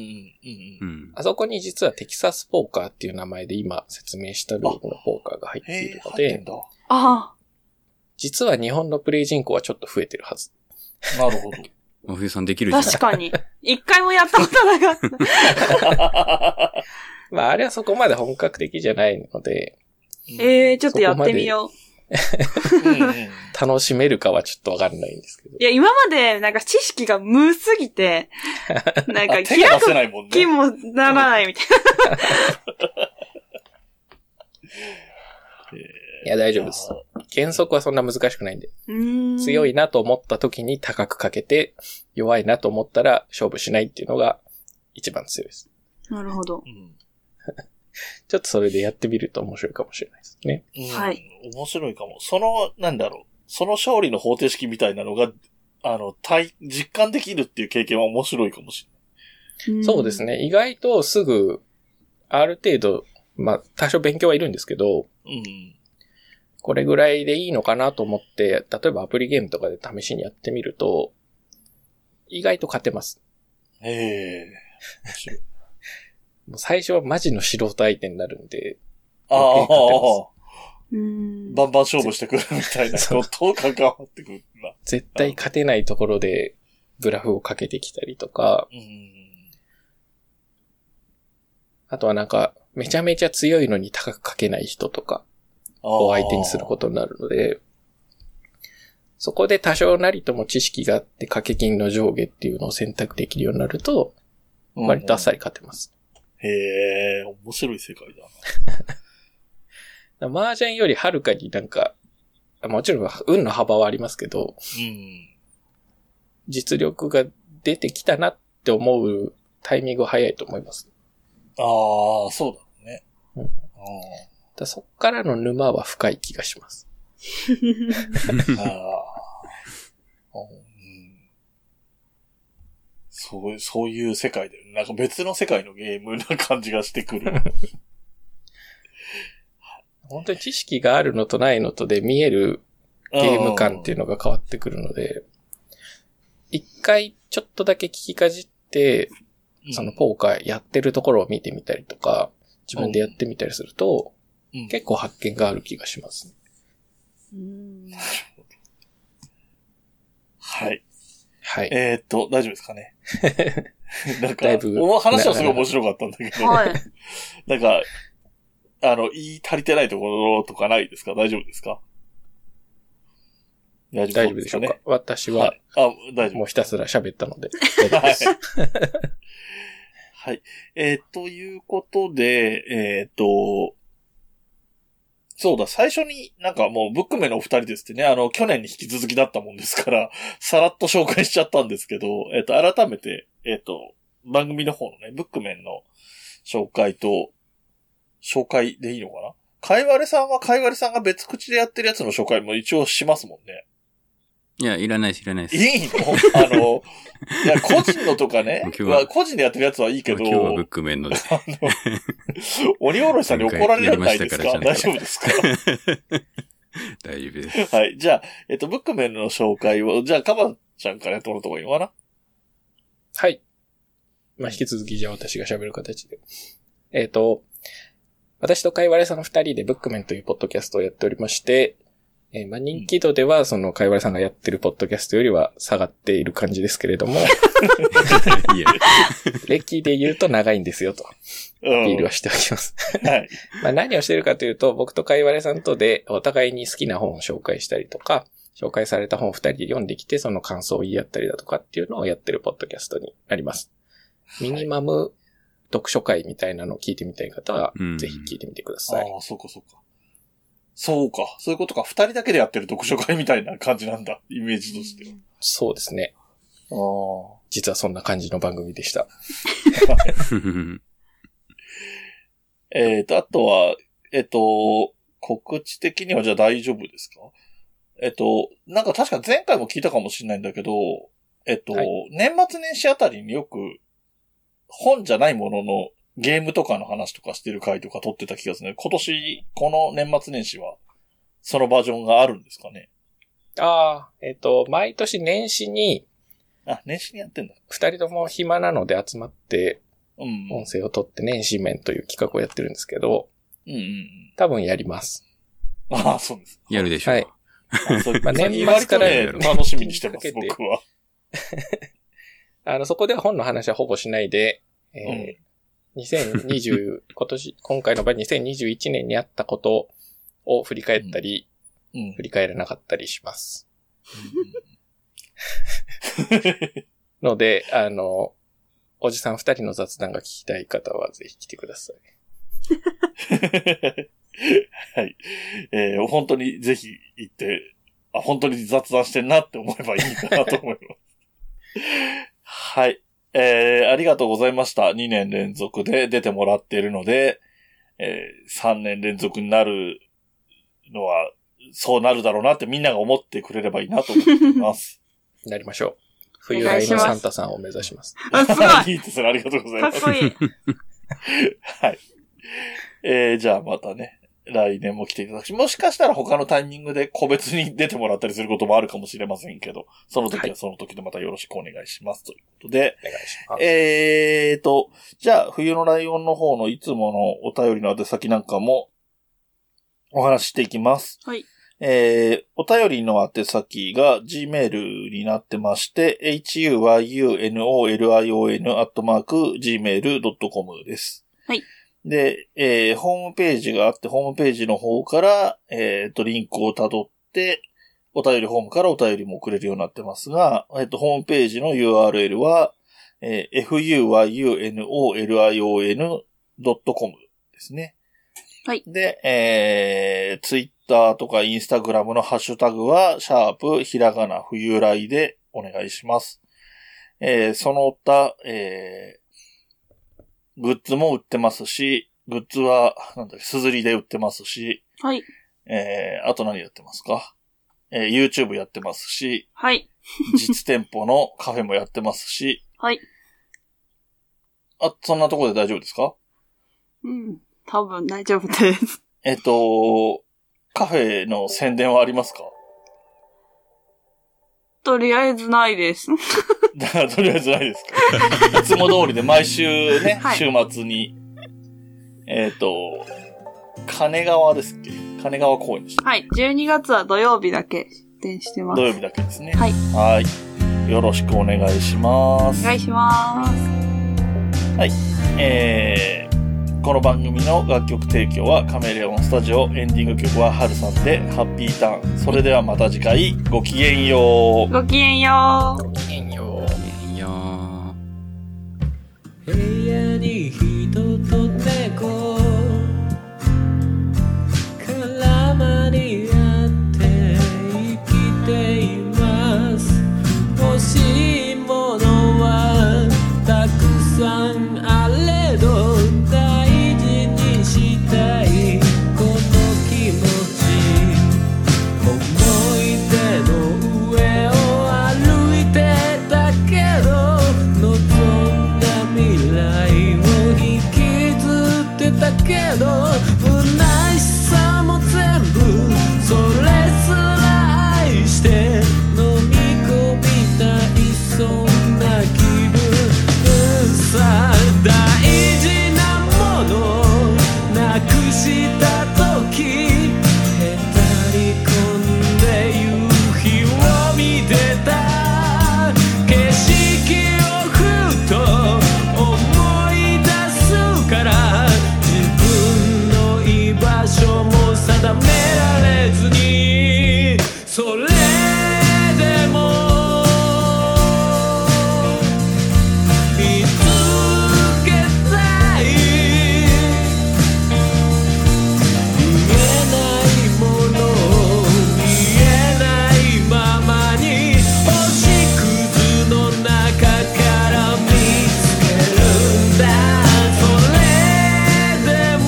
S1: うん。
S3: ん。
S4: あそこに実はテキサスポーカーっていう名前で今説明したルールのポーカーが入ってい
S1: へ
S4: る
S1: ー、
S4: の
S1: 入ってん
S4: で、
S1: だ。
S2: あ
S4: 実は日本のプレイ人口はちょっと増えてるはず。
S1: なるほど。
S3: 真冬さんできる
S2: あ、
S3: じゃん。
S2: 確かに。一回もやったことなかった。
S4: まああれはそこまで本格的じゃないので、
S2: ええー、ちょっとやってみよう。
S1: うんうん
S4: 楽しめるかはちょっとわかんないんですけど。
S2: いや、今まで、なんか知識が無すぎ て、なんか開
S1: あ手が出
S2: く
S1: せないもん
S2: 気
S1: ね。
S2: もならないみたい
S4: いや大丈夫です。原則はそんな難しくないんで。
S2: な。うーん
S4: 強い。なと思った時に高くかけて、弱いなと思ったら勝負しないっていうのが一番強いです。
S2: なるほど。
S1: うん
S4: ちょっとそれでやってみると面白いかもしれないですね。
S1: うん
S2: はい。
S1: 面白いかも。その、なんだろう。その勝利の方程式みたいなのが、あの、体、実感できるっていう経験は面白いかもし
S4: そうですね。意外とすぐ、ある程度、まあ、多少勉強はいるんですけど、
S1: れない。うん。
S4: これぐらいでいいのかなと思って、例えばアプリゲームとかで試しにやってみると、意外と勝てます。
S1: ええ面白い
S4: もう最初はマジの素人相手になるんで、
S1: ああ
S4: 勝てま、
S2: うん。うん
S1: バンバン勝負してくるみたい な
S4: そう
S1: ことを関わってくるな。
S4: 絶対勝てないところでブラフをかけてきたりとか、
S1: うん。
S4: あとはなんか、めちゃめちゃ強いのに高くかけない人とかを相手にすることになるので、そこで多少なりとも知識があって掛け金の上下っていうのを選択できるようになる
S1: と
S4: と、割とあっさ
S1: り。
S4: り勝てます。
S1: へえ、面白い世界だな。
S4: 麻雀よりはるかになんか、もちろん運の幅はありますけど、
S1: うん。
S4: 実力が出てきたなって思うタイミングは早いと思います。
S1: ああ、そうだろうね。
S4: うん
S1: ああ
S4: だからそっからの沼は深い気がします。
S1: ああ。うんそう、そういう世界だよね。なんか別の世界のゲームな感じがしてくる。
S4: 本当に知識があるのとないのとで見える ゲーム感っていうのが変わってくるので、一回ちょっとだけ聞きかじって、
S1: うん
S4: そのポーカーやってるところを見てみたりとか、自分でやってみたりすると、
S1: うん
S4: 結構発見がある気がしますね。
S2: うん
S1: はい。
S4: はい。
S1: えーっと、大丈夫ですかね。 なんか、
S4: だいぶ
S1: お話はすごい面白かったんだけど、
S2: はい。
S1: なんか、あの、言い足りてないところとかないですか大丈夫ですか大
S4: 大
S1: 丈
S4: 丈
S1: 夫で
S4: 夫ですし
S1: か
S4: ょう
S1: ね
S4: か。私
S1: は。
S4: はい
S1: あ、大丈夫
S4: もうひたすら喋ったので。
S1: はい。はい。えーということで、えっ、と、そうだ、最初になんかもうブックメンのお二人ですってね、あの、去年に引き続きだったもんですから、 さらっと紹介しちゃったんですけど、えっ、と、改めて、えっ、と、番組の方のね、ブックメンの紹介と、紹介でいいのかなかいわれさんはかいわれさんが別口でやってるやつの紹介も一応しますもんね。
S3: いや、いらないです、いらないです。
S1: いいのあの、いや、個人のとかね
S3: 今、日は
S1: は個人でやってるやつはいいけど
S3: 今、日はブックメンので。
S1: 鬼おろしさんに怒られるんないですか
S3: 今回や
S1: 大
S3: りましたか
S1: 丈
S3: らちゃんと
S1: 夫ですか
S3: 大丈夫です。
S1: はい。じゃあ、えっと、ブックメンの紹介を、じゃあ、カバちゃんからやってもらった方がいいのかな
S4: はい。まあ、引き続きじゃあ私が喋る形で。えっ、と、私とかいわれさんの二人でブックメンというポッドキャストをやっておりまして、えーまあ、人気度では、その、かいわれさんがやってるポッドキャストよりは下がっている感じですけれども、
S3: いや、
S4: 歴で言うと長いんですよ、と、
S1: う
S4: ア
S1: ん。
S4: ピールはしております。
S1: はい。
S4: まあ何をしてるかというと、僕とかいわれさんとで、お互いに好きな本を紹介したりとか、紹介された本を二人で読んできて、その感想を言い合ったりだとかっていうのをやってるポッドキャストになります。ミニマム読書会みたいなのを聞いてみたい方は
S3: う、ん
S4: ぜひ聞いてみてください。
S1: ああ、そうか、そうか。そうか。そういうことか。二人だけでやってる読書会みたいな感じなんだ。イメージとしては。
S4: そうですね。
S1: ああ。
S4: 実はそんな感じの番組でした。
S1: えっ、と、あとは、えっ、と、告知的にはじゃあ大丈夫ですかえっ、と、なんか確か前回も聞いたかもしれないんだけど、えっ、と、
S4: はい
S1: 年末年始あたりによく、本じゃないもののゲームとかの話とかしてる回とか撮ってた気がするね。今年、この年末年始は、そのバージョンがあるんですかね。
S4: ああ、えっ、と、毎年年始に、
S1: あ、年始にやってんだ。
S4: 二人とも暇なので集まって、
S1: うん。
S4: 音声を撮って年始面という企画をやってるんですけど、
S1: うんうん
S4: 多分やります。
S1: うん。ああ、そうです。
S3: やるでしょう。
S4: はい
S1: あそう
S4: まあ
S1: 最近
S4: 年末から
S1: 割とね、楽しみにしてます、
S4: かけて
S1: 僕は。
S4: あの、そこでは本の話はほぼしないで、えー2020、今年、今回の場合2021年にあったことを振り返ったり、
S1: うん
S4: 振。り返らなかったりします。ので、あの、おじさん二人の雑談が聞きたい方はぜひ来てください。
S1: はい。えー本当にぜひ行って、あ、本当に雑談してんなって思えばいいかなと思います。はい。えーありがとうございました。2年連続で出てもらっているので、え3年連続になるのは、そうなるだろうなってみんなが思ってくれればいいなと思っています。
S4: なりましょう。冬来のサンタさんを目指します。
S2: あ、 すごい
S1: いいですね。ありがとうござい
S2: か
S1: ま
S2: っ
S1: す。
S2: こいい。
S1: はい。えー、じゃあまたね、来年も来ていただくし、もしかしたら他のタイミングで個別に出てもらったりすることもあるかもしれませんけど、その時はその時でまたよろしくお願いしますということで、
S4: お願いします。
S1: えーと、じゃあ、冬のライオンの方のいつものお便りの宛先なんかもお話ししていきます。
S2: はい。
S1: えー、お便りの宛先が Gmail になってまして、huyunolion.gmail.com です。
S2: はい。
S1: で、えーホームページがあって、ホームページの方から、えーと、リンクをたどって、お便りフォームからお便りも送れるようになってますが、えっ、と、ホームページの URL は、えー fuyunolion.com ですね。
S2: はい
S1: で、えー、ツイッターとかインスタグラムのハッシュタグは、シャープ、ひらがな、冬来でお願いします。えー、その他、えー、グッズも売ってますし、グッズは、なんだっけ、すずりで売ってますし、
S2: はい。
S1: えー、あと何やってますかえー、YouTube やってますし、
S2: はい。
S1: 実店舗のカフェもやってますし、
S2: はい。
S1: あ、そんなところで大丈夫ですか
S2: うん。多分大丈夫です。
S1: えっと、カフェの宣伝はありますか
S2: とりあえずないです。
S1: だからとりあえずないで すかいつも通りで毎週ね、
S2: はい
S1: 週末に、えっ、と、金川ですっけ金川公園でした。
S2: はい。12月は土曜日だけ出店してます
S1: 土。曜日だけですね。
S2: はい。
S1: はーい。よろしくお願いします。
S2: お願いします。
S1: えーこの番組の楽曲提供はカメレオンスタジオエンディング曲はハルさんでハッピーターン。それではまた次回ごきげんよう。
S2: ごきげんよう。
S4: ごきげんよう。
S3: いやー。
S6: 部屋に人と猫絡まり合って生きています欲しいものはたくさんあれど大事にしたいこの気持ち思い出の上を歩いてたけど望んだ未来を引きずってたけど不悔しさも全部それすら愛して飲み込みたいそんな気分さ大事なものなくした時へたり込んで夕日を見てた景色をふと思い出すから自分の居場所も定められずにそれでも見つけたい「見えないもの見えないままに星屑の中から見つけるんだ」「それでも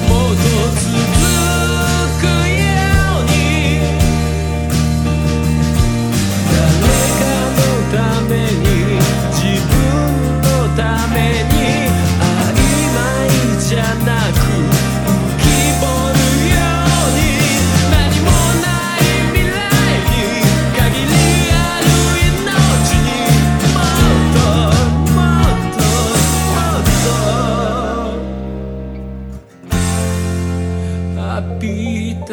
S6: もっと続くように」誰かのために自分のために曖昧じゃなく浮き彫るように何もない未来に限りある命にもっともっともっと浴びた